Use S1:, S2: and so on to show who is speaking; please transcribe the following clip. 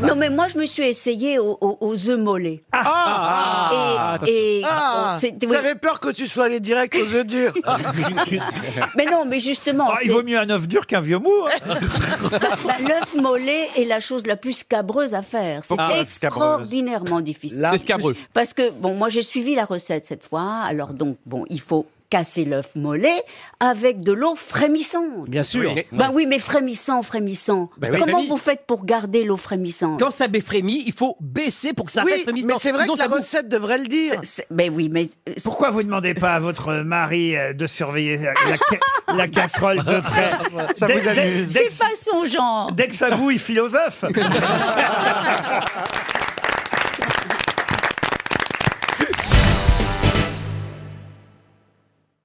S1: Non, mais moi, je me suis essayée aux, aux, aux œufs mollets.
S2: Ah
S1: et, et-
S3: Ah,
S1: bon, c'est- oui.
S3: J'avais peur que tu sois allé direct aux œufs durs.
S1: Mais non, mais justement,
S2: Ah,
S1: c'est-
S2: il vaut mieux un œuf dur qu'un vieux mou. hein.
S1: bah, l'œuf mollet est la chose la plus scabreuse à faire. C'est
S2: Pourquoi
S1: extraordinairement difficile.
S3: Là,
S4: scabreux.
S1: Parce que, bon, moi j'ai suivi la recette cette fois, alors donc, bon, il faut casser l'œuf mollet avec de l'eau frémissante.
S4: Bien sûr.
S1: Bah oui, mais frémissant, frémissant.
S4: Bah oui.
S1: Comment
S4: Frémis.
S1: vous faites pour garder l'eau frémissante
S4: Quand ça frémit, il faut baisser pour que ça
S3: Ah oui,
S4: reste frémissant.
S3: mais c'est vrai
S4: Sinon,
S3: que la
S4: ça bouge.
S3: recette devrait le dire.
S1: C'est- c'est- Mais oui, mais euh, c'est-
S2: Pourquoi vous ne demandez pas à votre mari euh, de surveiller la, la ca- la casserole de près Ça vous amuse.
S1: c'est pas son genre.
S2: Dès que ça bouille, philosophe.